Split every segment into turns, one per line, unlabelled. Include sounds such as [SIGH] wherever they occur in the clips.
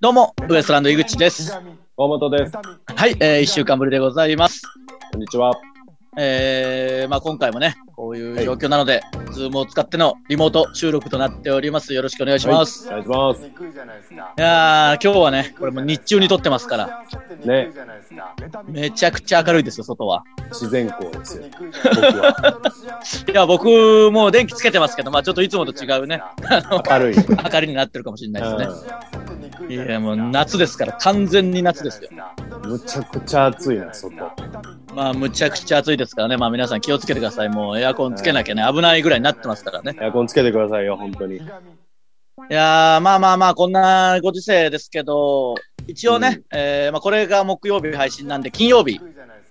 どうも、ウエストランド井口です。
大本です。
はい、えー、1週間ぶりでございます。
こんにちは。
えー、まあ今回もね、こういう状況なので、ズームを使ってのリモート収録となっております。よろしくお願いします。
お願いします
す。いじゃないですか
い、やー、今日はね、これもう日中に撮ってますから、
ね
めちゃくちゃ明るいですよ、外は。
自然光ですよ。
僕
[LAUGHS] いや、僕、もう電気つけてますけど、まあちょっといつもと違うね、
明るい。
明かりになってるかもしれないですね。いや、もう夏ですから、完全に夏ですよ。
むちゃくちゃ暑いな、外。
まあ、むちゃくちゃ暑いですからね。まあ、皆さん気をつけてください。もうエアコンつけなきゃね、危ないぐらいになってますからね。
エアコンつけてくださいよ、本当に。
いやー、まあまあまあ、こんなご時世ですけど、一応ね、えーまあ、これが木曜日配信なんで、金曜日、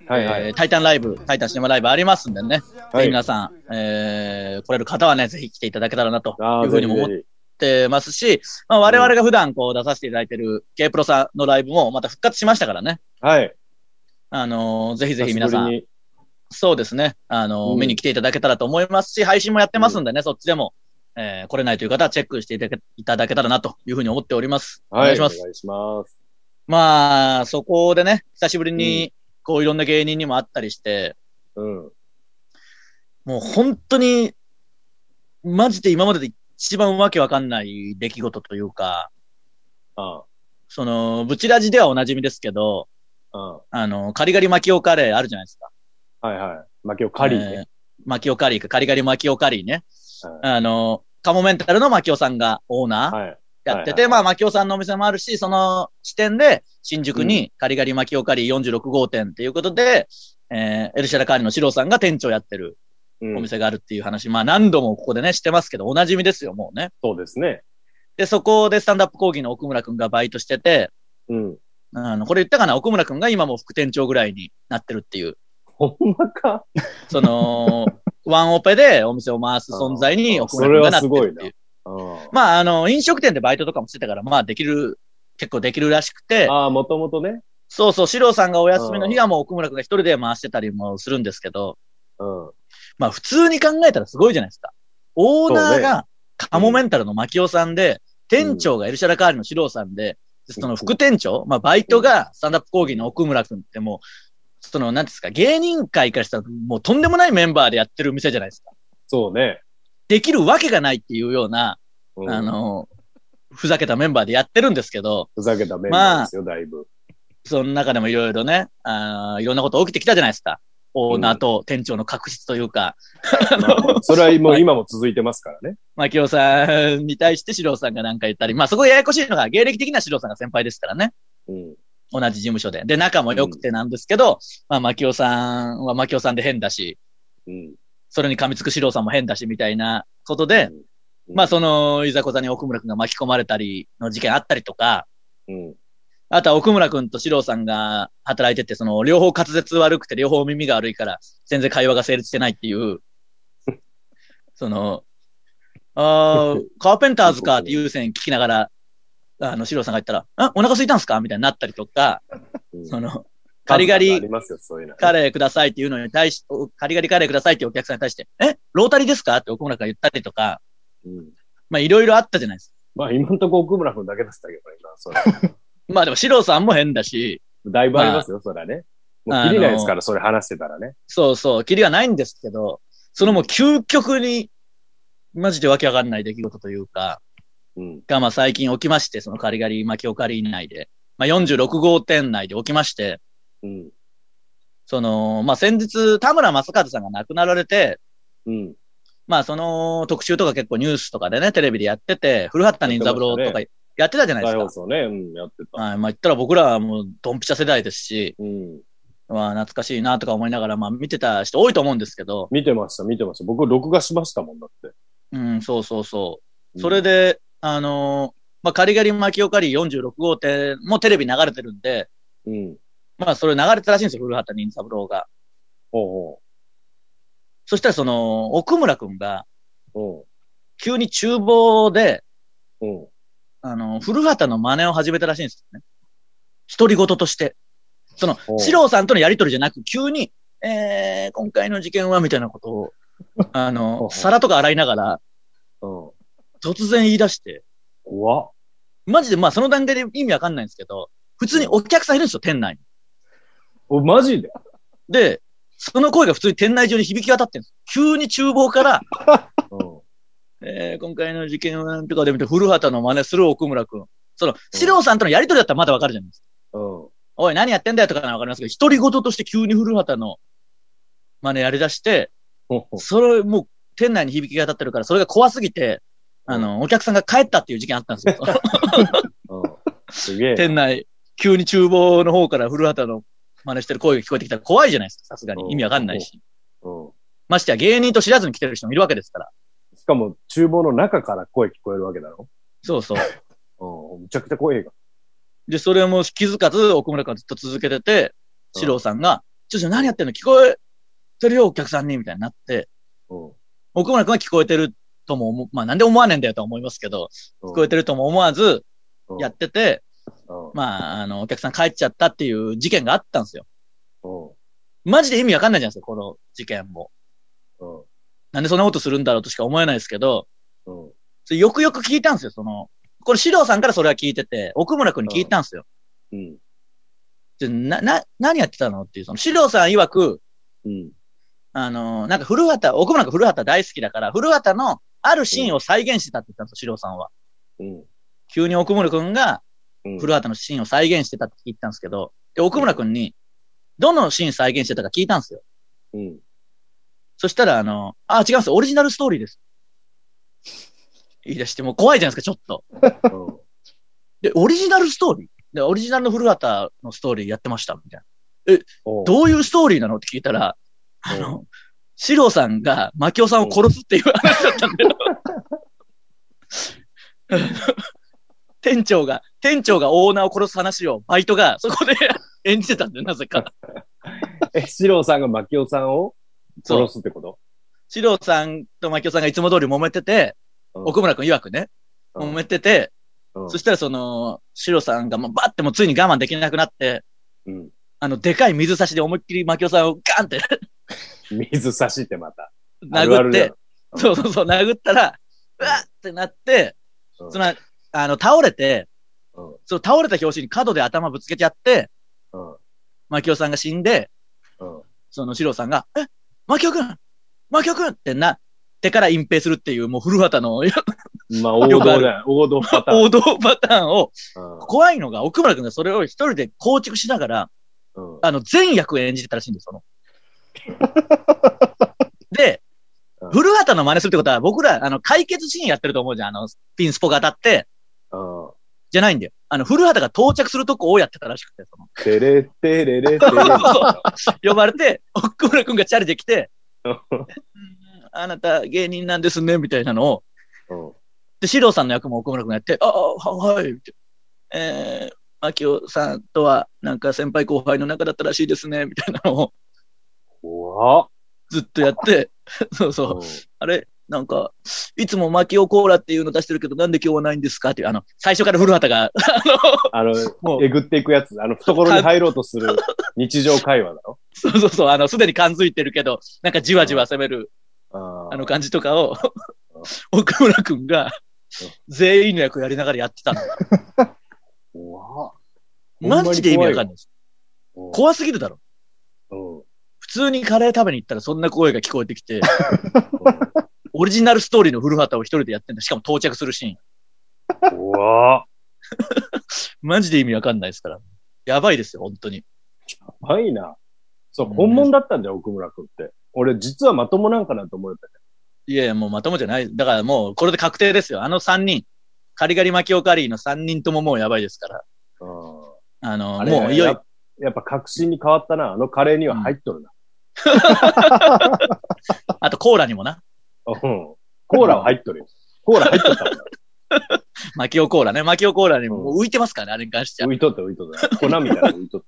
はいは
えー
い。
タイタンライブ、タイタンシネマライブありますんでね。ぜ
は
ひ
い。
皆さん、えー来れる方はね、ぜひ来ていただけたらなと
あ
い
あ、
うふう
ぜ
に
ひ
も思っ
ぜ
てますし、まあ、我々が普段こう出させていただいてる K プロさんのライブもまた復活しましたからね。
ひ。はい。
あのーぜひぜひ皆さん
久、し
そうですね。あの、
うん
見に来ていただけたらと思いますし、配信もやってますんでね、そっちでも、えー来れないという方はチェックしていただけいただけたらなというふうに思っております。
ぶりに。
お願
は
い
い。
し
お
ます。
願いします。
まあ、そこでね、久しぶりに、こういろんな芸人にも会ったりして、
うん。
もう本当に、マジで今までで一番わけわかんない出来事というか、
あ
その、ブチラジではおなじみですけど、
あ。あ
あの、カリガリマキオカレーあるじゃないですか。
あ。はいはい。負けをカリー
えー
ね。
マキオカリーか、カリガリマキオカリーね。
は
あの、カモメンタルのマキオさんがオーナー
はい。
やって
はいはいは
て、
い
まあ、マキオさんのお店もあるし、その視点で、新宿にカリガリマキオカリー46号店っていうことで、えーエルシャラカーリのシロさんが店長やってる
う
お
ん。
店があるっていう話、まあ、何度もここでね、してますけど、おなじみですよ、もうね。
そうですね。
で、そこでスタンダップ講義の奥村くんがバイトしてて、
うん。 [LAUGHS]
あの、これ言ったかな奥村くんが今も副店長ぐらいになってるっていう、
ほんまか
そ
[LAUGHS]
の、ワンオペでお店を回す存在に奥村くんがなってるっていう
それはすごいな。うん
まあ、あの、飲食店でバイトとかもしてたから、まあ、できる、結構できるらしくて、
ああ、もともとね。
そうそう、四郎さんがお休みの日はもう奥村くんが一人で回してたりもするんですけど、
うん。
まあ、普通に考えたらすごいじゃないですか。オーナーがカモメンタルの牧尾さんで、店長がエルシャラカーリの四郎さんで、でその副店長、まあ、バイトがスタンダップ講義の奥村くんってもう、その、なんていうんですか、芸人界からしたらもうとんでもないメンバーでやってる店じゃないですか。
そうね。
できるわけがないっていうような、
うん
あ、の、ふざけたメンバーでやってるんですけど、
ふざけたメンバーですよ、だいぶ。
その中でもいろいろね、あーいろんなこと起きてきたじゃないですか。オーナーと店長の確執というか、
まあまあそ
[LAUGHS]
れはもう今も続いてますからね。
牧雄さんに対して四郎さんが何か言ったり、まあそこややこしいのが、芸歴的な四郎さんが先輩ですからね。
うん。
同じ事務所で。で、仲も良くてなんですけど、まあ牧雄さんは牧雄さんで変だし、
うん。
それに噛みつく四郎さんも変だしみたいなことで、
うん
まあその、いざこざに奥村くんが巻き込まれたりの事件あったりとか、
うん。
あとは奥村くんと四郎さんが働いてて、その両方滑舌悪くて両方耳が悪いから、全然会話が成立してないっていう、その、あーカーペンターズかって優先聞きながら、あの、四郎さんが言ったら、あ、お腹空いたんすかみたいになったりとか、
うん
その、ガリガ
数々あ
リ
りますよ、そういうの。
カレーくださいっていうのに対し、ガリガリカレーくださいっていうお客さんに対して、え、ロータリーですかって奥村くんが言ったりとか、
うん
まあいろいろあったじゃないです
まあ今んとこ奥村君だけでしたけどね、今
[LAUGHS]
それ。
か。まあでも四郎さんも変だし、
だいぶありますよ、それはね。もう切りないですか
あ
ら、それ話してたらね。
そうそう、キリがないんですけど、そのもう究極に、マジでわけわかんない出来事というか、
うん。
がまあ最近起きまして、そのカリガリ、マキオカリ内で、まあ46号店内で起きまして、
うん。
その、まあ先日、田村正和さんが亡くなられて、
うん。
まあその特集とか結構ニュースとかでね、テレビでやってて、古畑任三郎
や
と
って
か
ま
やってたじゃないで
大
すか
放。送ね、うん、やってた。
はい、まあ言ったら僕らはもうドンピシャ世代ですし、
うん。
まあ懐かしいなとか思いながら、まあ見てた人多いと思うんですけど、
見てました、見てました。僕、録画しましたもんだって。
うん、そうそうそう。
うん
それ、で、あのーまあ、カリガリマキオカリー46号店もテレビ流れてるんで、
うん。
まあ、それ流れてたらしいんですよ、古畑任三郎が。
ほ
そしたら、その、奥村くんが、
うほ
急に厨房で、
う。うん。うん。
あのー古畑の真似を始めたらしいんですよね。独り言として。その、
おう
四郎さんとのやりとりじゃなく、急に、えー、今回の事件は、みたいなことを、あの
おう
ー皿とか洗いながら、
うん。
突然言い出して、
怖っ。
マジでまあその段階で意味わかんないんですけど、普通にお客さんいるんですよ、店内に。
お、マジで
で、その声が普通に店内中に響き渡ってるんです。急に厨房から、
うん。
えー、今回の事件はなんとかで見て、古畑の真似する奥村くん。その、四郎さんとのやりとりだったらまだわかるじゃないですか。
うん。
おい、何やってんだよとかならわかりますけど、独り言として急に古畑の真似やり出して、
ほう
それもう店内に響きが当たってるから、それが怖すぎて、あの、お客さんが帰ったっていう事件あったんですよ。
ほううん。すげえ。
店内、急に厨房の方から古畑の真似してる声が聞こえてきたら怖いじゃないですか、さすがに。意味わかんないし。
うん。
ましてや芸人と知らずに来てる人もいるわけですから。
しかも、厨房の中から声聞こえるわけだろ
そうそう。
うん。むちゃくちゃ怖いが。
で、それも気づかず、奥村君はずっと続けてて、
うん
四郎さんが、ちょっと何やってんの聞こえてるよ、お客さんに、みたいになって、
うん。聞
奥村君は聞こえてるとも思う、まあなんで思わねえんだよとは思いますけど、聞こえてるとも思わず、
うん
やってて、
うん。
まあ、あの、お客さん帰っちゃったっていう事件があったんですよ。
うん。
マジで意味わかんないじゃないですか、この事件も。
うん。
なんでそんなことするんだろうとしか思えないですけど、
うん。
それよくよく聞いたんですよ、その。これ、四郎さんからそれは聞いてて、奥村くんに聞いたんですよ。
うん。
でな、な、何やってたのっていう、その、四郎さん曰く、
うん。
あのーなんか古畑、奥村くん古畑大好きだから、古畑のあるシーンを再現してたって言ったんですよ、四郎さんは。
うん。
急に奥村くんが
うん。
古畑のシーンを再現してたって言ったんですけど、で、奥村くんに、どのシーン再現してたか聞いたんですよ。
うん。
そしたら、あの、あ、違うんですよ。オリジナルストーリーです。言い出して、もう怖いじゃないですか、ちょっと。
うん。
で、オリジナルストーリーで、オリジナルの古畑のストーリーやってました、みたいな。
おう
どういうストーリーなのって聞いたら、あの、シロさんが、マキオさんを殺すっていう話だったんだよ。 [LAUGHS] 店長が、店長がオーナーを殺す話を、バイトがそこで [LAUGHS] 演じてたんだよ、なぜか。
え、四郎さんが牧雄さんを
そう
殺。すってこと
シロさんとマキオさんがいつも通り揉めてて、
うん
奥村くん曰くね、
う
揉
ん
めてて、
うん
そしたらその、シロさんがもうバッてもうついに我慢できなくなって、
うん。
あの、でかい水差しで思いっきりマキオさんをガンって [LAUGHS]
水差しってまた。あるあ
殴っ
るだ
て
よ、
そうそうそう、殴ったら、うわっってなって、
うん
その、あの、倒れて、
うん
その倒れた拍子に角で頭ぶつけちゃって、
うん。
マキオさんが死んで、
うん。
そのシロさんが、えマキオくんマキオくんってな、ってから隠蔽するっていう、もう古畑の
まあ、王道だよ。王道パターン。
王道パターンを、
うん
怖いのが、奥村くんがそれを一人で構築しながら、
うん
あの、全役を演じてたらしいんです、そ
[LAUGHS]
の。で
うん、
古畑の真似するってことは、僕ら、あの、解決シーンやってると思うじゃん。あの、ピンスポが当たって、
うん。
じゃないんだよ。あの、古畑が到着するとこをやってたらしくて、その、
てれてれれてれ。
[LAUGHS] 呼ばれて、奥村くんがチャリで来て、
うん
あなた芸人なんですね、みたいなのを、
うん
で、四郎さんの役も奥村くんがやって、ああ、ははい、みたいなえー、牧雄さんとは、なんか先輩後輩の仲だったらしいですね、みたいなのを [LAUGHS]
怖っ。
ずっとやって、 [LAUGHS] そうそう。あれなんか、いつもマキオコーラっていうの出してるけど、なんで今日はないんですかっていう、あの、最初から古畑が、 [LAUGHS]
あの、
もう、
えぐっていくやつ。あの、懐に入ろうとする日常会話だろ。
そうそうそう、あの、すでに感づいてるけど、なんかじわじわ攻める、あ
あ
の感じとかを
うん、
奥村くんが、全員の役をやりながらやってたの。
怖っ。
マジで意味わかんないです。
ほんまに怖いわ。
怖すぎるだろ。
うんうん
普通にカレー食べに行ったらそんな声が聞こえてき
[LAUGHS]
て、オリジナルストーリーの古畑を一人でやってんだ。しかも到着するシーン。
怖っ。
マジで意味わかんないですから。やばいですよ、本当に。
はいな。そう、
うん
本物だったんだよ、奥村くんって。俺、実はまともなんかなと思って
いやいや、もうまともじゃない。だからもう、これで確定ですよ。あの三人。カリガリマキオカリーの三人とももうやばいですから。
たよ。
あの、
あれ
もういよいよ、
やっぱ確信に変わったな。あのカレーには入っとるな。
あとコーラにもな。
うん。コーラは入
[LAUGHS]
っとるよ。コーラ入っとったもんな。
マキオコーラね。マキオコーラにも
うん
もう浮いてますからね、あれに関しては。
浮いとった浮いとった。粉みたいなの浮いとっ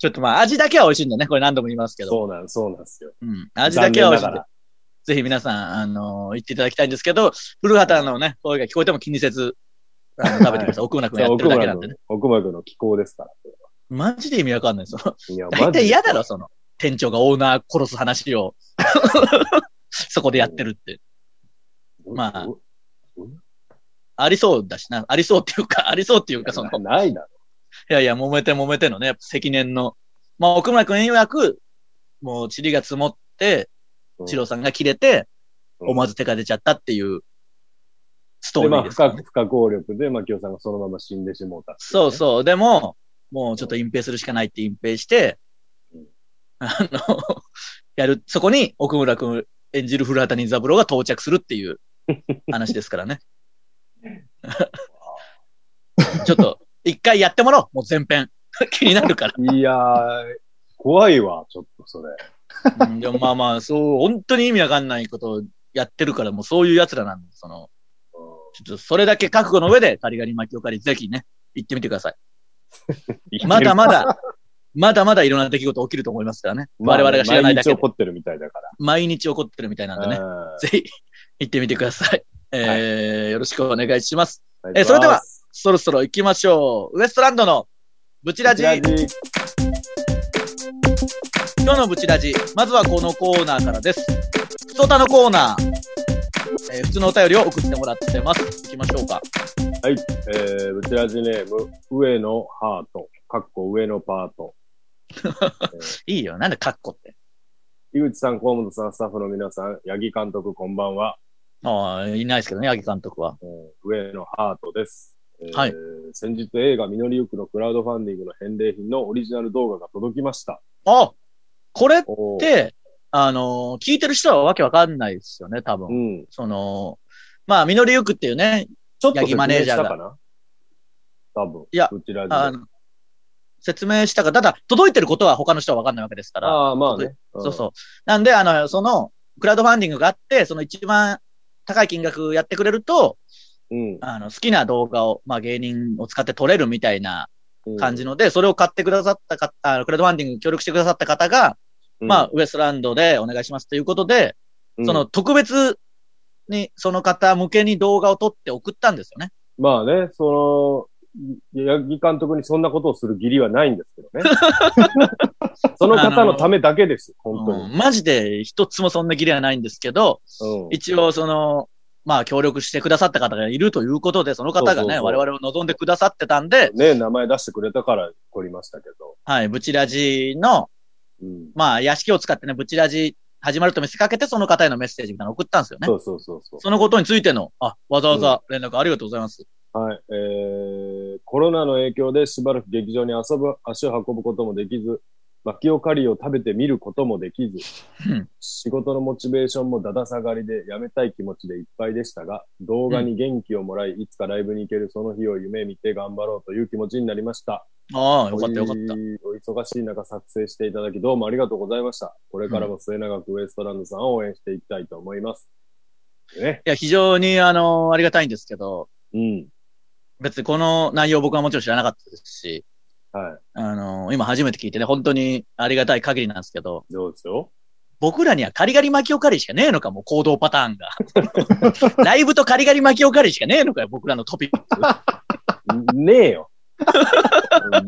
ちょっとまあ、味だけは美味しいんだね。これ何度も言いますけ
た。
ど。
そうなん、そうなんですよ。
うん。味だけは美味しいん
残念なが
で
ら。
ぜひ皆さん、あの言っていただきたいんですけど、古畑のね、声が聞こえても気にせず、あの
[LAUGHS]
食べてください。奥村君
そ
や
う
って
奥
るだけ
村
なんでね
君。、奥村君の気候ですから。
マジで意味わかんないです。その
いや、
大
マジ
体
で。
嫌だろ、その。店長がオーナー殺す話を、 [LAUGHS] そこでやってるって。まあ
うん。
ありそうだしな。ありそうっていうか、ありそうっていうか、その、い
ないだろ。
やいや、揉めて揉めてのね、やっぱ積年の。まあ、奥村くん曰く、もう、塵が積もって、
うん
シロさんが切れて、
うん
思わず手が出ちゃったっていう、ストー
で、
リ
まあ、
ー
不
ですね、
可、不可抗力で、まあ、清さんがそのまま死んでしもうたっていね、
そうそう。でも、もうちょっと隠蔽するしかないって隠蔽して
うん、
あの、 [LAUGHS] やる、そこに奥村くん演じる古畑任三郎が到着するって
[LAUGHS]
いう話ですからね。 [LAUGHS] ちょっと、一回やってもらおう。もう全編。 [LAUGHS] 気になる
[LAUGHS]
から。
いやー、怖いわ、ちょっとそれ。
うんでもまあまあ、そう、本当に意味わかんないことをやってるから、もうそういう奴らなんで、その、
う
ちょっとそれだけ覚悟の上で、カリガリ巻きおかり、ぜひね、行ってみてください。[LAUGHS]
ん
まだま。だ、まだまだいろんな出来事起きると思いますからね。
まあ
我々が知らないだけ
毎
で
日怒ってるみたいだから。
毎日起こってるみたいなんでね。
うん
ぜひ、行ってみてください。 [LAUGHS] えーよろしくお願いします。
お願
え
いします
それでは、そろそろ行きましょう。ウエストランドのブチラジ。
ブチラジ
今日のブチラジ、まずはこのコーナーからです。普通歌のコーナー。えー普通のお便りを送ってもらってます。行きましょうか。
はい。えー、ブチラジネーム、上野ハート、かっこ上野パート。
いいよ。なんでカッコって。
井口さん、河本さん、スタッフの皆さん、八木監督、こんばんは。
ああ、いないですけどね、八木監督は。
えー上野ハートです。えー
はい
先日映画、実りゆくのクラウドファンディングの返礼品のオリジナル動画が届きました。
あこれっ
おー
て、あのー聞いてる人はわけわかんないですよね、多分。
うん。
その、まあ、実りゆくっていうね、
ちょっと
八木
説
マ
明
ネー
し
ジャーが
たかな多分。
いや
ブチラジで。
あの、説明したが、ただ、届いてることは他の人はわかんないわけですから。
ああ、まあね。
そうそう。なんで、あの、その、クラウドファンディングがあって、その一番高い金額やってくれると、
うん。
あの、好きな動画を、まあ芸人を使って撮れるみたいな
うん。
感じので、それを買ってくださった方、あのクラウドファンディングに協力してくださった方が、
うん、
まあ、ウエストランドでお願いしますということで、
うん
その、特別に、その方向けに動画を撮って送ったんですよね。
まあね、その、八木監督にそんなことをする義理はないんですけどね。 [LAUGHS] その方のためだけです、本当
う
に。
んマジで一つもそんな義理はないんですけど、
うん
一応その、まあ協力してくださった方がいるということで、その方が
そうそう
ね、
そう
我々を望んでくださってたんで、
ね、名前出してくれたから撮りましたけど。
はい、ブチラジの、
うん。
まあ屋敷を使ってね、ブチラジ始まると見せかけて、その方へのメッセージみたいなのを送ったんですよね。
そうそうそうそう。
そのことについての、あ、わざわざ連絡ありがとうございます。
はい、えー、コロナの影響でしばらく劇場に遊ぶ、足を運ぶこともできず、薪をカリを食べてみることもできず
うん、
仕事のモチベーションもだだ下がりで、やめたい気持ちでいっぱいでしたが、動画に元気をもらい、いつかライブに行けるその日を夢見て頑張ろうという気持ちになりました。
ああ、よかったよかっ
おいお忙しい中作成していただき、どうもありがとうございました。これからも末永くウエストランドさんを応援していきたいと思います。ね。
た。いや、非常にあのありがたいんですけど、
うん。
別にこの内容僕はもちろん知らなかったですし、
は
あの今初めて聞いてね、本当にありがたい限りなんですけど、
い。どうですよ
僕らにはカリガリ巻きおかりしかねえのかも、行動パター [LAUGHS] ンが。ライブとカリガリ巻きおかりしかねえのかよ、僕らのトピック。
ね
[LAUGHS]
えよ。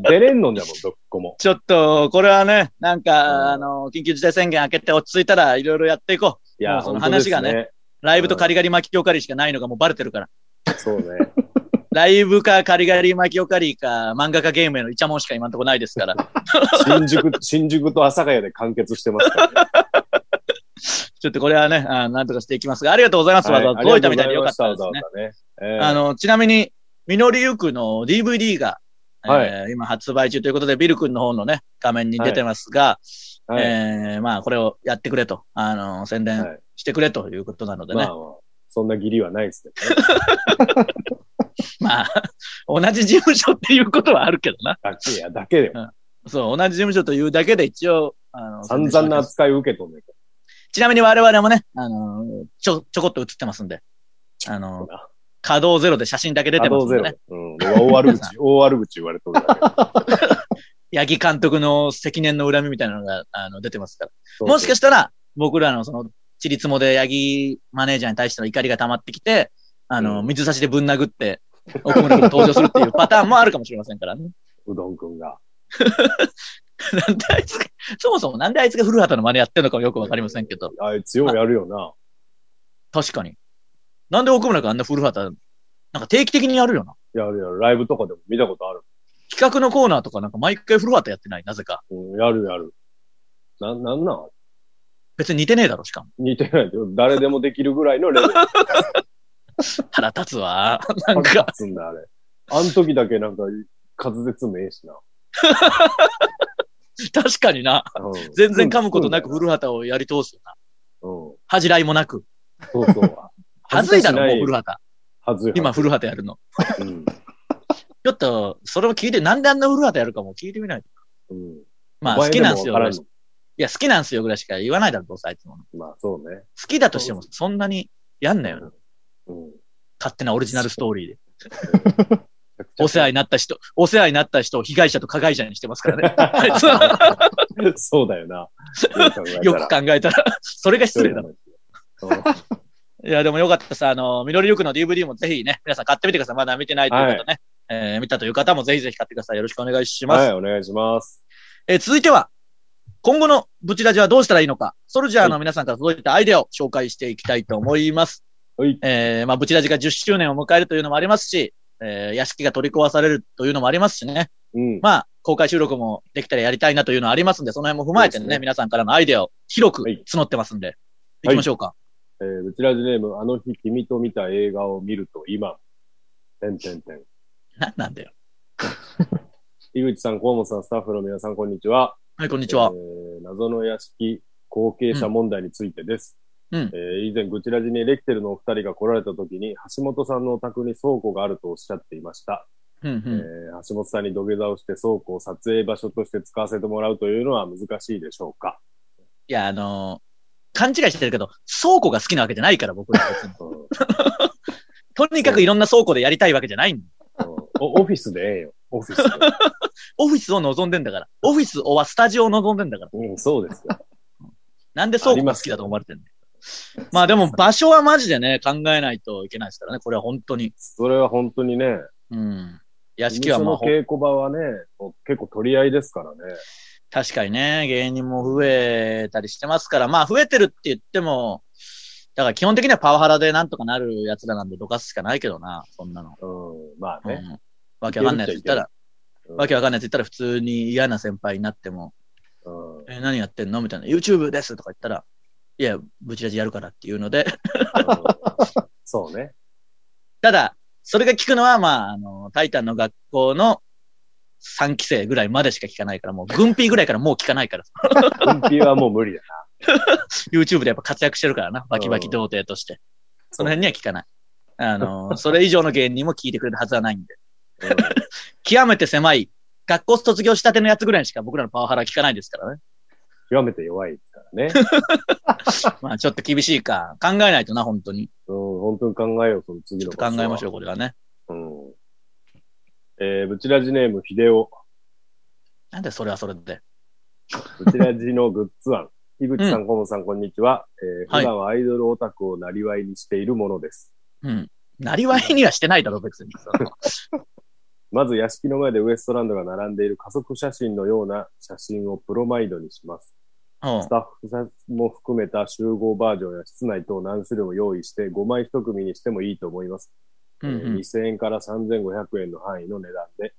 出れんのんだもん、どっこも。
ちょっと、これはね、なん
うん
か、あの、緊急事態宣言明けて落ち着いたらいろいろやっていこ
い
も
や、
うその
本当です
話がね。う。ライブとカリガリ巻きおかりしかないのがもうバレてるから。
そうね。
ライブかカリガリ巻きおかりか漫画家ゲームへのイチャモンしか今んとこないですから、[LAUGHS]
新宿、新宿と阿佐ヶ谷で完結してますから、ね。
ちょっとこれはね、あなんとかしていきますが、ありがとうございます。わざわざ
はい
届いたみたいでよかったですね。。あ
あの、
の、ちなみに、みのりゆくの DVD が、
はい
えー今発売中ということで、ビル君の方のね、画面に出てますが、
はい
えーまあ、これをやってくれと、あの、宣伝
はい
してくれということなので
ま
ね、
あまあ、そんな義理はないですけど
[LAUGHS]
ね。
まあ、同じ事務所っていうことはあるけどな。
だけや、だけでも。
そう、同じ事務所というだけで一応、あの、
散々な扱いを受けとんねんけ
ちなみに我々もね、あの、ちょ、ちょこっと映ってますんで、あ
ど
の、
な。
稼働ゼロで写真だけ出て
稼
ますん
働
で
ゼ
ね。
ロ。うん。
[LAUGHS]
大悪口、大悪口言われとるだけど
八木監督の積年の恨みみたいなのが、あの、出てますから。
そうそう
もしかしたら、僕らのその、ちりつもで八木マネージャーに対しての怒りが溜まってきて、あの、
うん
水差しでぶん殴って、奥村君が登場するっていうパターンもあるかもしれませんからね。
うどんくんが。
なんであいつが、そもそもなんであいつが古畑の真似やってるのかもよくわかりませんけど、
あいつようやるよな。
確かに。なんで奥村君あんな古畑なんか定期的にやるよな。
やるやる。ライブとかでも見たことある。
企画のコーナーとかなんか毎回フルワタやってない、なぜか。
うん、やるやる。なん、なんなん
別に似てねえだろ、しかも。
似てないけど、誰でもできるぐらいの
[LAUGHS]
レベル。
腹立つわ。なんか、
つんだ、あれ。あの時だけなんか、滑舌名ええしな。
確かにな。
うん
全然噛むことなく古畑をやり通すよな。
うん。
恥じらいもなく。
そうそう。
恥ずいだろ、
恥ずかし
も
な
う
い
古畑。
はずい。
[LAUGHS] 今、古畑やるの。
うん。
ちょっと、それを聞いて、なんであんな古畑やるかも聞いてみないと。
うん。
まあ、
お
好
前
き
でも
なんすよ、
わ
ぐ
からら
い
ん
し
の
か。いや、好きなんすよ、ぐらいしか言わないだろ、どうせあいつも。好
まあ、そうね。
きだとしても、そんなにやんなよな。
うん。
勝手なオリジナルストーリーで。お世話になった人、お世話になった人を被害者と加害者にしてますから
[LAUGHS]
ね。あいつは
[LAUGHS] そうだよな。
よく考えたら、それが失礼だろ。
ろ。うん
いや、でもよかったさ、あの、緑ゆくの DVD もぜひね、皆さん買ってみてください。まだ見てないという方ね、えー見たという方もぜひぜひ買ってください。よろしくお願いします。
はい、お願いします。
えー続いては、今後のブチラジはどうしたらいいのか、ソルジャーの皆さんから届いたアイデアを紹介していきたいと思います。
はい
えーまあ、ブチラジが10周年を迎えるというのもありますし、えー屋敷が取り壊されるというのもありますしね。
うん。
まあ、公開収録もできたらやりたいなというのはありますんで、その辺も踏まえてね、
そうですね
皆さんからのアイデアを広く
はい
募ってますんで、行きましょうか。
えー、うちらじネーム、あの日君と見た映画を見ると今、てんてんてん。
な、なんだよ。
井口さん、河本さん、スタッフの皆さん、こんにちは。
はい、こんに
こ
ちは。
えー謎の屋敷、後継者問題についてです。
うん
えー以前、ぐちらじにレキテルのお二人が来られた時に、橋本さんのお宅に倉庫があるとおっしゃっていました。
うんうん。
えー橋本さんに土下座をして倉庫を撮影場所として使わせてもらうというのは難しいでしょうか。
いや、あのー勘違いしてるけど、倉庫が好きなわけじゃないから、僕らは
[LAUGHS]
別に
うんうん
とにかくいろんな倉庫でやりたいわけじゃないんだ
おオフィスでええよ。オフィスで。
[LAUGHS] オフィスを望んでんだから。オフィスはスタジオを望んでんだから。
うん、そうですよ。
なんで倉庫が好きだと思われてんのまあでも場所はマジでね、考えないといけないですからね。これは本当に。
それは本当にね、
うん。屋
事
敷は
務所
まあ
の、稽古場はね、もう結構取り合いですからね。
確かにね、芸人も増えたりしてますから、まあ増えてるって言っても、だから基本的にはパワハラでなんとかなるやつらなんでどかすしかないけどな、そんなの。
うん、まあ
う
ね。
ん。わけわかんないやつ言ったら、
うん
わけわかんないやつ言ったら普通に嫌な先輩になっても、
うん
え、何やってんのみたいな、YouTube ですとか言ったら、いや、ブチラジやるからっていうので、
そうね。
ただ、それが聞くのは、まあ、あの、タイタンの学校の3期生ぐらいまでしか聞かないから、
[LAUGHS]
もう、軍ピーぐらいからもう聞かないから、
分岐はもう無理だな。
YouTube でやっぱ活躍してるからな、バキバキ童貞として。その辺には聞かない。あの、それ以上の芸人も聞いてくれるはずはないんで。極めて狭い、学校卒業したてのやつぐらいにしか僕らのパワハラ聞かないですからね。
極めて弱いですからね。
[LAUGHS] まあ、ちょっと厳しいか。考えないとな、本当に。
うん、本当に考えよう、その次
ちょ
の
っと考えましょう、
う。
これはね。
うん。えー、ブチラジネーム、ヒデオ。
なんでそれはそれで。
ブチラジのグッズ
[LAUGHS]
案。井口さん、河本さん、こんにちは。えー
はい
普段はアイドルオタクをなりわいにしているものです。
うん。なりわいにはしてないだろ、
[LAUGHS]
別に。
まず屋敷の前でウエストランドが並んでいる加速写真のような写真をプロマイドにします。
うん
ス。タッフさんも含めた集合バージョンや室内等何種類も用意して5枚1組にしてもいいと思います。
うん
えー
うん。
2000円から3500円の範囲の値段で、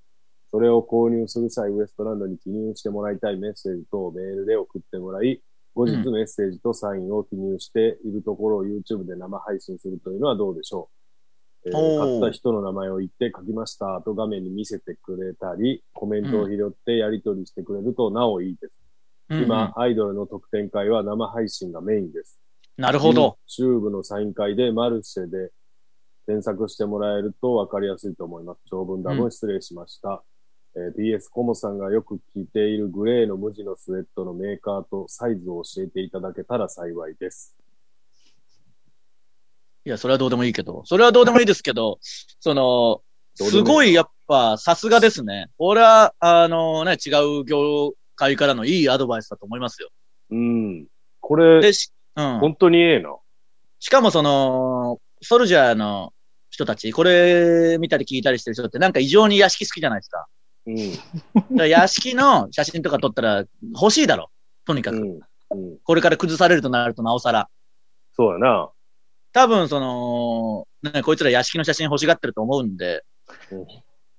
それを購入する際、ウエストランドに記入してもらいたいメッセージ等をメールで送ってもらい、後日
う
メッセージとサインを記入しているところを YouTube で生配信するというのはどうでしょう、えー
おー
買った人の名前を言って書きましたと画面に見せてくれたり、コメントを拾ってやり取りしてくれるとなおいいで
うん
す。
うん
今、アイドルの特典会は生配信がメインです。
なるほど。。
YouTube のサイン会でマルシェで検索してもらえると分かりやすいと思います。長文だ分失礼しました。えー PS コモさんがよく着ているグレーの無地のスウェットのメーカーとサイズを教えていただけたら幸いです。
いや、それはどうでもいいけど。それはどうでもいいですけど、 [LAUGHS] その、
どう
す
でも
ごいやっぱ、さすがですね。俺は、あのね、違う業界からのいいアドバイスだと思いますよ。
うん。これ、
で、し、うん。
本当にええな。
しかもその、ソルジャーの人たち、これ見たり聞いたりしてる人ってなんか異常に屋敷好きじゃないですか。
うん。
だから屋敷の写真とか撮ったら欲しいだろ。とにか
う
く。
ん。うん。
これから崩されるとなるとなおさら。
そうやな。
多分、その、ね、こいつら屋敷の写真欲しがってると思うんで
うん、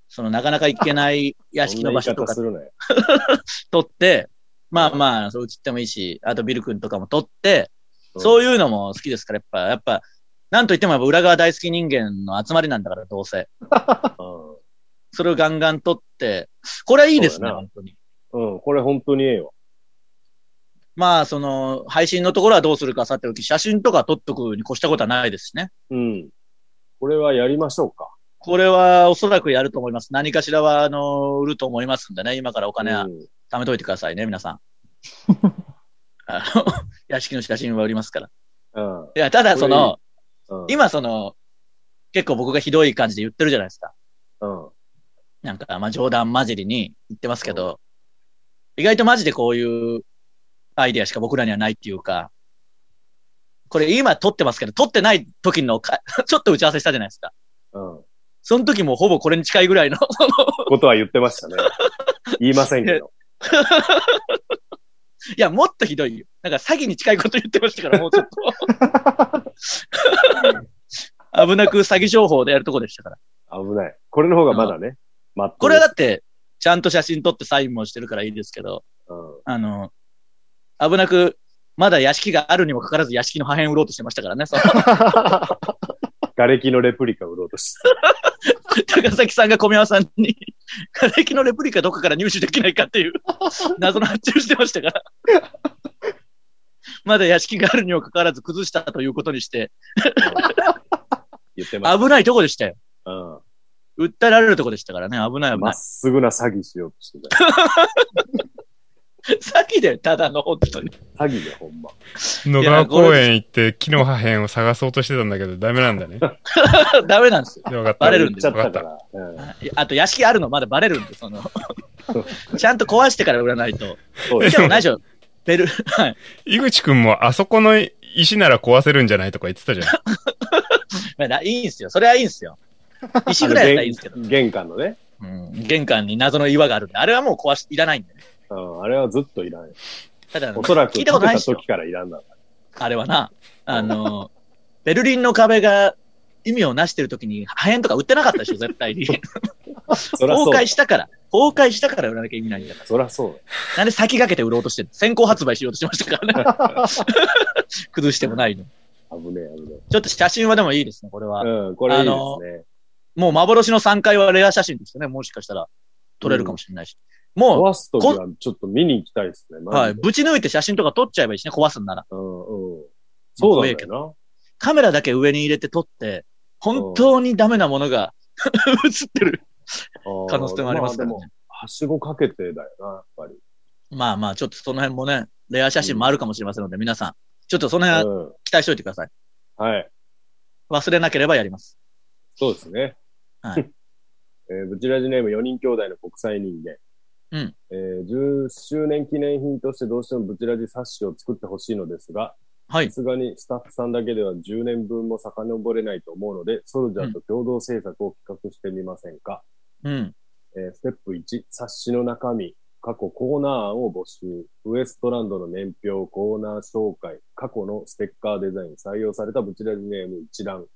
その、なかなか行けない屋
そ
敷
ん
の
な
場
言
所
い
と
方
か
するなよ。
撮って、まあまあ、そう映ってもいいし、あとビル君とかも撮って、
うん
そういうのも好きですから、やっぱ、やっぱ、なんといってもやっぱ裏側大好き人間の集まりなんだから、どうせ。それをガンガン撮って、これはいいですね、
そうだな
本当に。
うん。うん、これ本当にええわ。
まあ、その、配信のところはどうするかさておき、写真とか撮っとくに越したことはないですしね。
うん。これはやりましょうか。
これはおそらくやると思います。何かしらは、あの、売ると思いますんでね、今からお金は
うん
貯めといてくださいね、皆
[LAUGHS]
さん。あの、 [LAUGHS] 屋敷の写真は売りますから。
うん。
いや、ただその、
うん
今その、結構僕がひどい感じで言ってるじゃないですか。
うん。
なんか、まあ冗談交じりに言ってますけど、意外とマジでこういうアイディアしか僕らにはないっていうか、これ今撮ってますけど、撮ってない時のか、 [LAUGHS] ちょっと打ち合わせしたじゃないですか。
うん。
その時もほぼこれに近いぐらいの、その
ことは言ってました
[LAUGHS]
ね。言いませんけど。
いや、もっとひどいよ。なんか詐欺に近いこと言ってましたから、もうちょっと。危なく詐欺情報でやるとこでしたから。
危ない。これの方がまだね。まっと
こ
う
れ
で
はだ
す
って、ちゃんと写真撮ってサインもしてるからいいですけど、
うん
あの、危なく、まだ屋敷があるにもかかわらず屋敷の破片を売ろうとしてましたからね。その
瓦礫のレプリカ売ろうとして。
高崎さんが小宮山さんに、瓦礫のレプリカどこから入手できないかっていう謎の発注してましたから。まだ屋敷があるにもかかわらず崩したということにして、
言ってまし
危ないとこでしたよ。
た。うん
訴えられるとこでしたからね。危ない危
ま
な
っ
い。
すぐな詐欺しようとしてた。
詐欺だよ、ただの、本当に。
詐欺でほんま。
野川公園行って木の破片を探そうとしてたんだけど、ダメなん
[LAUGHS]
だね。
ダメなんですよ。
でわかった。
バレるん
言
で
っちゃっ
わか
た
っ
か
た。
ら。うん
あと、屋敷あるのまだバレるんで、その。ちゃんと壊してから売らないと。
そうで
ですも、何でしょう。ベル、はい。
井口くんもあそこの石なら壊せるんじゃないとか言ってたじゃん。
まあ、ないいんですよ。それはいいんですよ。石ぐらいだったらいいんですけど。
あの玄玄関のね。
うん玄関に謎の岩があるんで、あれはもう壊し、いらないんでね。
うんあれはずっといらん。
ただ、
おそらく
聞い
建
た
て
ことない
た
ですよ。
時からいらんだろ
あれはな。あの、ベルリンの壁が意味をなしてる時に破片とか売ってなかったでしょ、絶対に。
う。そらそ
崩
うだ
壊。したから。崩壊したから売らなきゃ意味ないんだから。
そらそうだ。
なんで先駆けて売ろうとしてる先行発売しようとしましたからね。崩してもないの。
危ねえ、危ね
ちょっと写真はでもいいですね、これは。
え。うん、これいいですね。
もう幻の3階はレア写真ですよね、もしかしたら。撮れるかもしれないし。もう、
壊すときはちょっと見に行きたいですね。
はい。
マジで
ぶち抜いて写真とか撮っちゃえばいいしね、壊すんなら。
うんうん。そうなんだよ
カメラだけ上に入れて撮って、本当にダメなものが [LAUGHS] 映ってる
な。
可能性もありますからね
あー。でもはしごかけてだよな、やっぱり。
まあまあ、ちょっとその辺もね、レア写真もあるかもしれませんので、皆さん、ちょっとその辺は
うん。
期待しておいてください。
はい。
忘れなければやります。
そうですね。
はい。
[LAUGHS] えーブチラジネーム4人兄弟の国際人間。
うん。
えー10周年記念品としてどうしてもブチラジ冊子を作ってほしいのですが、
は
さ
い。
すがにスタッフさんだけでは10年分も遡れないと思うので、ソルジャーと共同制作を企画してみませんか、
うん。
えーステップ1、冊子の中身、過去コーナー案を募集、ウエストランドの年表、コーナー紹介、過去のステッカーデザイン、採用されたブチラジネーム一覧、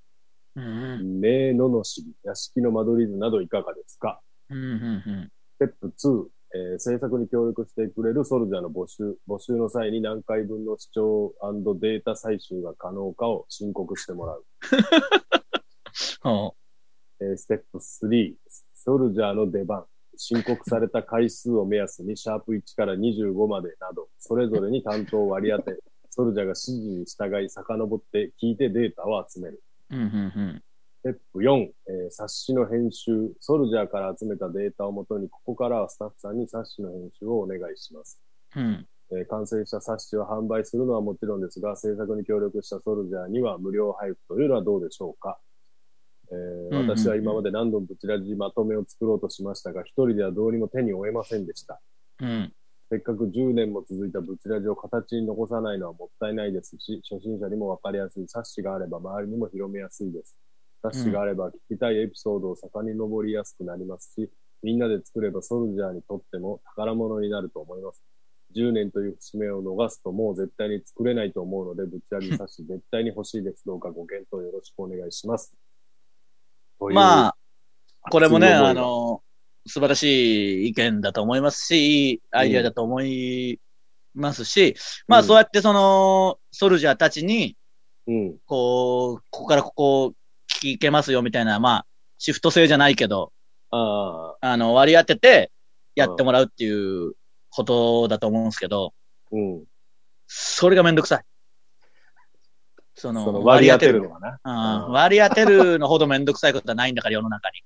うんうん。
名ののしり、屋敷の間取り図などいかがですか
うんうん
ステップ2、えー制作に協力してくれるソルジャーの募集、募集の際に何回分の視聴データ採集が可能かを申告してもらう。
うん。お
えーステップ3、ソルジャーの出番。申告された回数を目安に、シャープ1から25までなど、それぞれに担当を割り当て、 [LAUGHS] ソルジャーが指示に従い遡って聞いてデータを集める。
うんうん
ステップ4、えー冊子の編集。ソルジャーから集めたデータをもとに、ここからはスタッフさんに冊子の編集をお願いします。
うん。うん。
えー完成した冊子を販売するのはもちろんですが、制作に協力したソルジャーには無料配布というのはどうでしょうか、えー
うんうん
私は今まで何度もブチラジまとめを作ろうとしましたが、一人ではどうにも手に負えませんでした。
うん。
せっかく10年も続いたブチラジを形に残さないのはもったいないですし、初心者にもわかりやすい冊子があれば周りにも広めやすいです。冊子があれば聞きたいエピソードを遡りやすくなりますし、みんなで作ればソルジャーにとっても宝物になると思います。 10年という節目を逃すともう絶対に作れないと思うので、ぶち上げさし、絶対に欲しいです。どうかご検討よろしくお願いします。
ま
あ、
あ、これもね、
熱い思い
あ
が
の、素晴らしい意見だと思いますし、いいアイデアだと思いますし、まあ
うん
そうやってその、ソルジャーたちに、
うん、
こう、ここからここ聞けますよみたいな、まあ、シフト制じゃないけど、
ああ、
あの、割り当ててやってもらうっていうことだと思うんですけど、
うん。
それがめんどくさい。そ
その割り当てるの。かな。
うん
うん
割り当てるのほどめんどくさいことはないんだから、世の中に。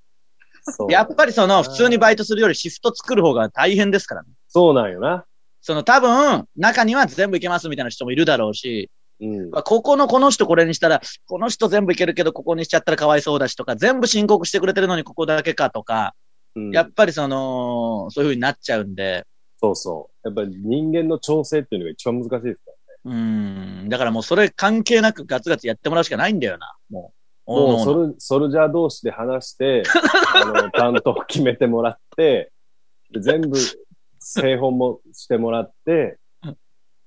そう
やっぱりその、普通にバイトするよりシフト作る方が大変ですからね。
そうなんよな。
その多分、中には全部いけますみたいな人もいるだろうし、
うん。
まあここのこの人これにしたら、この人全部いけるけど、ここにしちゃったらかわいそうだしとか、全部申告してくれてるのにここだけかとか、
うん
やっぱりその、そういう風になっちゃうんで、
そうそう。やっぱり人間の調整っていうのが一番難しいですか
うん、だからもうそれ関係なくガツガツやってもらうしかないんだよな、もう。
ら。もう
おのおの
ソル、ソルジャー同士で話
[LAUGHS]
して、あの、担当決めてもらって、で全部、製本もしてもらって、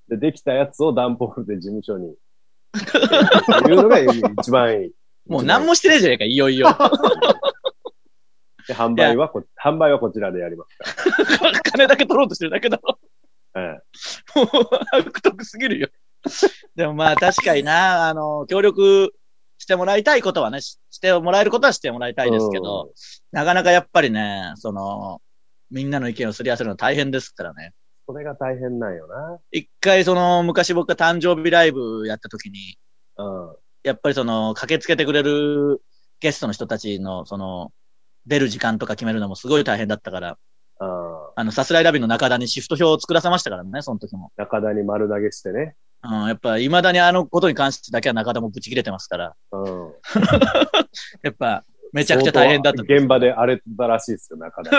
で、できたやつを段ボールで事務所に、っていうのが一番いい。
[LAUGHS] もう何もしてねえじゃねえか、いよい
[LAUGHS]
よ。
で販売はこ、販売はこちらでやりますか
金だけ取ろうとしてるだけだろ。
ら。え
もう、悪徳すぎるよ。 [LAUGHS] でもまあ確かにな、あの、協力してもらいたいことはね、ししてもらえることはしてもらいた
え
いですけど、。なかなかやっぱりね、その、みんなの意見をすり合わせるの大変ですからね。
うんそれが大変なんよな。
一回その、昔僕が誕生日ライブやった時に、
うん。
やっぱりその、駆けつけてくれるゲストの人たちの、その、出る時間とか決めるのもすごい大変だったから、
うん。
あの、さすらいラビの中田にシフト表を作らせましたからね、その時も。
中田に丸投げしてね。
うん、やっぱ、未だにあのことに関してだけは中田もブチ切れてますから、
うん。
やっぱ、めちゃくちゃ大変だった。
相当現場で荒れたらしいですよ、中
[LAUGHS]
田。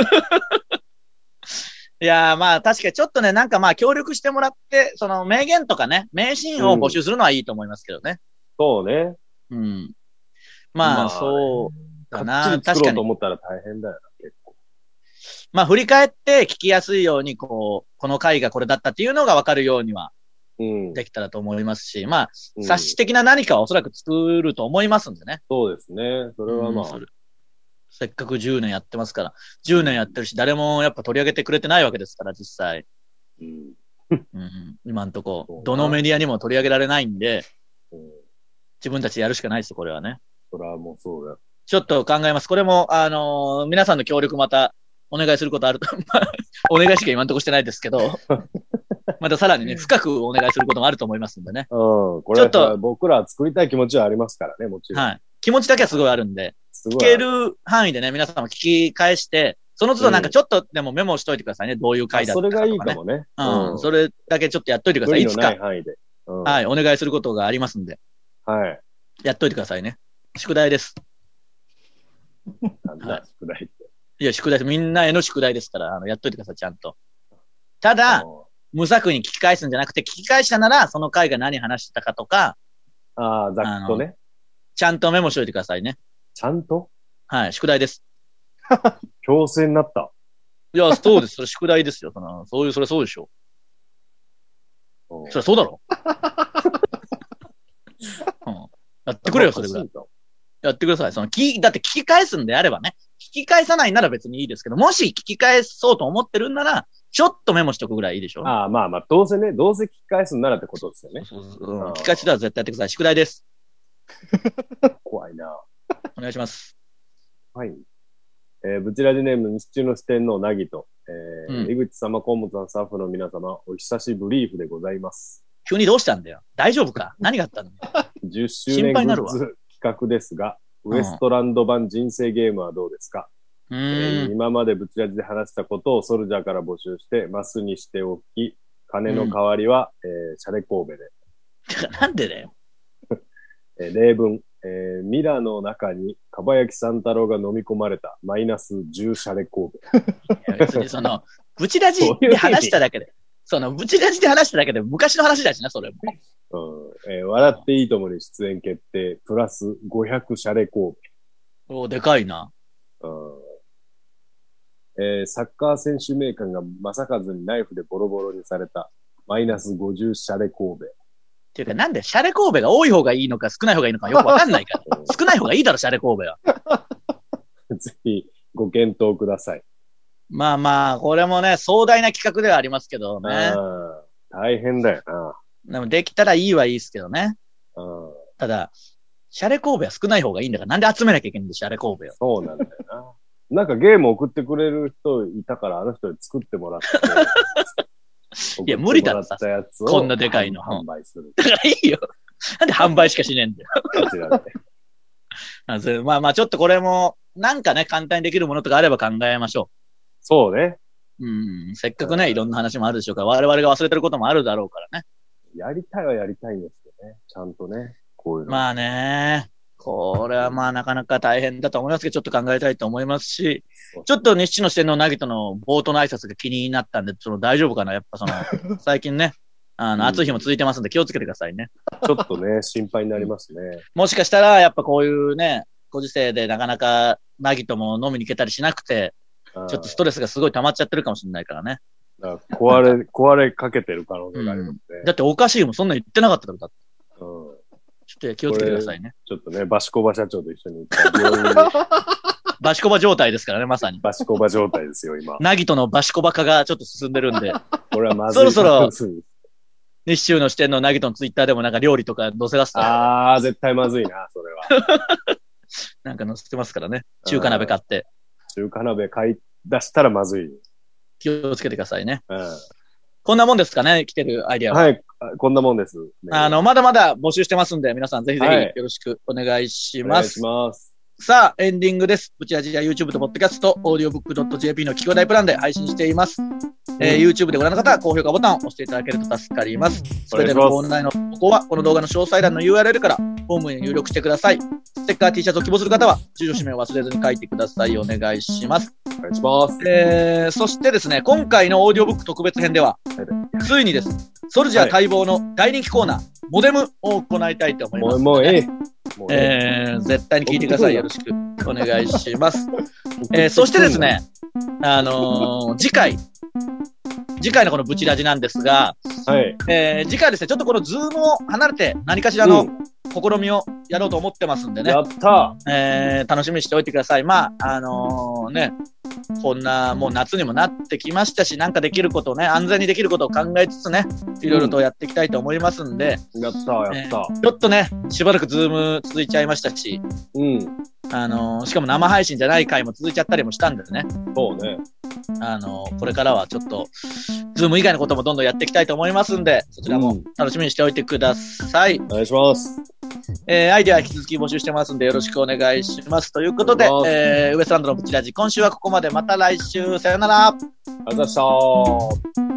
いやーまあ確かにちょっとね、なんかまあ協力してもらって、その名言とかね、名シーンを募集するのはいいと思いますけどね。
そうね。
うん。ま
ま
あ、
あ
そうだ
かっち
な。
り
確
作
か
ろうと
に。
思ったら大変だよな、結構。
まあ振り返って聞きやすいように、こう、この回がこれだったっていうのがわかるようには
うん。
できたらと思いますし、まあ、
うん
冊子的な何かはおそらく作ると思いますんでね。
そうですね。それはま
うん
あ
そ、れせっかく10年やってますから。10年やってるし、誰もやっぱ取り上げてくれてないわけですから、実際。
うん。
うん、今んと
そう
こ
な。
どのメディアにも取り上げられないんで、
うん
自分たちでやるしかないです、これはね。
それはもうそうだよ。
ちょっと考えます。これも、あのー皆さんの協力またお願いすることあ [LAUGHS] ると、まあお願いしか今んとこしてないですけ
[LAUGHS]
ど、またさらにね、深くお願いすることもあると思いますんでね。
うん。これ
ちょっと
は僕らは作りたい気持ちはありますからね、もちろん。
はい。気持ちだけはすごいあるんで、
すごい
聞ける範囲でね、皆さんも聞き返して、その都度なんかちょっとでもメモしといてくださいね。どういう
あ
回だった
そ
か
れ
とか、ね。
がいいかもね。
うん。それだけちょっとやっといてくだ
無
さい。
理
い
の
つ
ない
か、
範囲で。うん
はい、お願いすることがありますんで、
はい。
やっといてくださいね。宿題です。
なん
はい
だ、宿題って。
いや、宿題です。みんなへの宿題ですから、あの、やっといてください、ちゃんと。ただ、無策に聞き返すんじゃなくて、聞き返したなら、その回が何話してたかとか、
あああ、ざっとね。
ちゃんとメモしといてくださいね。
ちゃんと
はい、宿題です。
強制になった。
いや、そう
[LAUGHS]
です。それ宿題ですよ。その、そういう、それそうでしょ。
うん
それそうだ
[LAUGHS]
ろ。うん、やってくれよ、それぐらい。やってください。その、き、だって聞き返すんであればね、聞き返さないなら別にいいですけど、もし聞き返そうと思ってるんなら、ちょっとメモしとくぐらいいいでしょ。
ああ、まあまあ、どうせね、どうせ聞き返すんならってことですよね。
そうそううん、聞き返したら絶対やってください。宿題です。
怖いな。
お願いします。
はい。えー、ブチラジネーム、西中の四天王、なぎと、えー
うん
井口様、河本さん、スタッフの皆様、お久しぶりーふでございます。
急にどうしたんだよ。大丈夫か何があったの
10周
心
年グ
配になる
ッ
わ
ズ企画ですが、
ん
ウエストランド版人生ゲームはどうですか、
う
え
ー
ー
ん。
今までブチラジで話したことをソルジャーから募集して、マスにしておき、金の代わりは、えーシャレ神戸で。
なん [LAUGHS] でだよ。
えー例文、えーミラの中に、かばやき三太郎が飲み込まれた、マイナス10シャレ神戸。
いや別にそ [LAUGHS] の、ブチラジで話しただけで、その、ブチラジで話しただけで、昔の話だしな、それも。
うんえー笑っていいともに出演決定、プラス500シャレ神
おでかいな。
戸。うんえーサッカー選手名鑑が正和にナイフでボロボロにされた。マイナス50シャレ神
ていうか、なんで、シャレ神戸が多い方がいいのか少ない方がいいのかよくわかんないから。 [LAUGHS]
戸。
少ない方がいいだろ、シャレ神戸は。
えー [LAUGHS] ぜひご検討ください。
まあまあ、これもね、壮大な企画ではありますけどね。
あー大変だよな。
でもできたらいいはいいですけどね。
うん
ただ、シャレ神戸は少ない方がいいんだから、なんで集めなきゃいけないんだよ、シャレ神戸を。
そうなんだ [LAUGHS] よな。なんかゲーム送ってくれる人いたから、あの人に作ってもらって。
[LAUGHS] いや無理だろ
送ってもらったやつを
こんなでかいの
販売する。
だからいいよ。なんで販売しかしねえんだよ。
こちらで。
あそれまあまあ、ちょっとこれも、なんかね、簡単にできるものとかあれば考えましょ
そうね。
う。うん、せっかくね、いろんな話もあるでしょうから、我々が忘れてることもあるだろうからね。
やりたいはやりたいんですけどね。ちゃんとね。こういうの。
まあね、これはまあなかなか大変だと思いますけど、ちょっと考えたいと思いますし、ちょっと西野四天王なぎとの冒頭の挨拶が気になったんで、その大丈夫かなやっぱそ
[LAUGHS]
の、最近ね、あ
う
の、
ん
暑い日も続いてますんで気をつけてくださいね。
ちょっとね、心配になりますね。
もしかしたら、やっぱこういうね、ご時世でなかなか、なぎとも飲みに行けたりしなくて、
ちょ
ちょっとストレスがすごい溜まっちゃってるかもしれないからね。
壊れ、壊れかけてる可能性がありますね。
だっておかしいもん、そんな言ってなかったからだって。
うん
ちょっと気をつけてくださ
[LAUGHS]
いね。
ちょっとね、バシコバ社長と一緒に行った病院に
バシコバ状態ですからね、まさに。
バシコバ状態ですよ、今。
なぎとのバシコバ化がちょっと進んでる
[LAUGHS]
んで、
これはまずい。
そろ
そろ。
日中の視点のなぎとのツイッターでもなんか料理とか載せ出すと、
[LAUGHS] あー、絶対まずいな、それは。
なんか載せてますからね。中華鍋買って、
中華鍋買い出したらまずい。う
気をつけてくださいね。
ん、
こんなもんですかね、来てるアイディアは。
はい、あこんなもんです。
あの、まだまだ募集してますんで、皆さんぜひぜひ
はい
よろしくお願いし
お
ま
願いし
す。
ます。
さあ、エンディングです。ブチラジや YouTube と Podcast、audiobook.jp の企業大プランで配信しています。えー YouTube でご覧の方は高評価ボタンを押していただけると助かります。それでは、
お
オ
願
ン
いします
ラインの投稿は、この動画の詳細欄の URL から、ホームに入力してください。ステッカー T シャツを希望する方は、住所氏名を忘れずに書いてください。お願いします。
お願いします。
えー、そしてですね、今回のオーディオブック特別編では、ついにです、ソルジャー待望の大人気コーナー、モデムを行いたいと思い
も
ます
う、。もうええ。もうええ
えー絶対に聞いてください。よろしくお願いします。えーそしてです。ね、あのー次回、次回のこのブチラジなんですが、
はい。
えー次回ですね、ちょっとこのズームを離れて何かしら
う
の
ん
試みをやろうと思ってますんでね
や、った
えー楽しみにしておいてください。まあ、あのーね、こんなもう夏にもなってきましたし、なんかできることをね、安全にできることを考えつつね、いろいろとやっていきたいと思いますんで、
やったやった。
ちょっとね、しばらくズーム続いちゃいましたし、
うん。
あのーしかも生配信じゃない回も続いちゃったりもしたんですね。
そうね。
あのーこれからはちょっと、ズーム以外のこともどんどんやっていきたいと思いますんで、そちら
う
も
ん
楽しみにしておいてください。
お願いします。
えーアイデアは引き続き募集してますんで、よろしくお願いします。ということで
お、願いし
えーウエストランドのブチラジ、今週はここまで。また来週、さよなら。
ありがとうございました。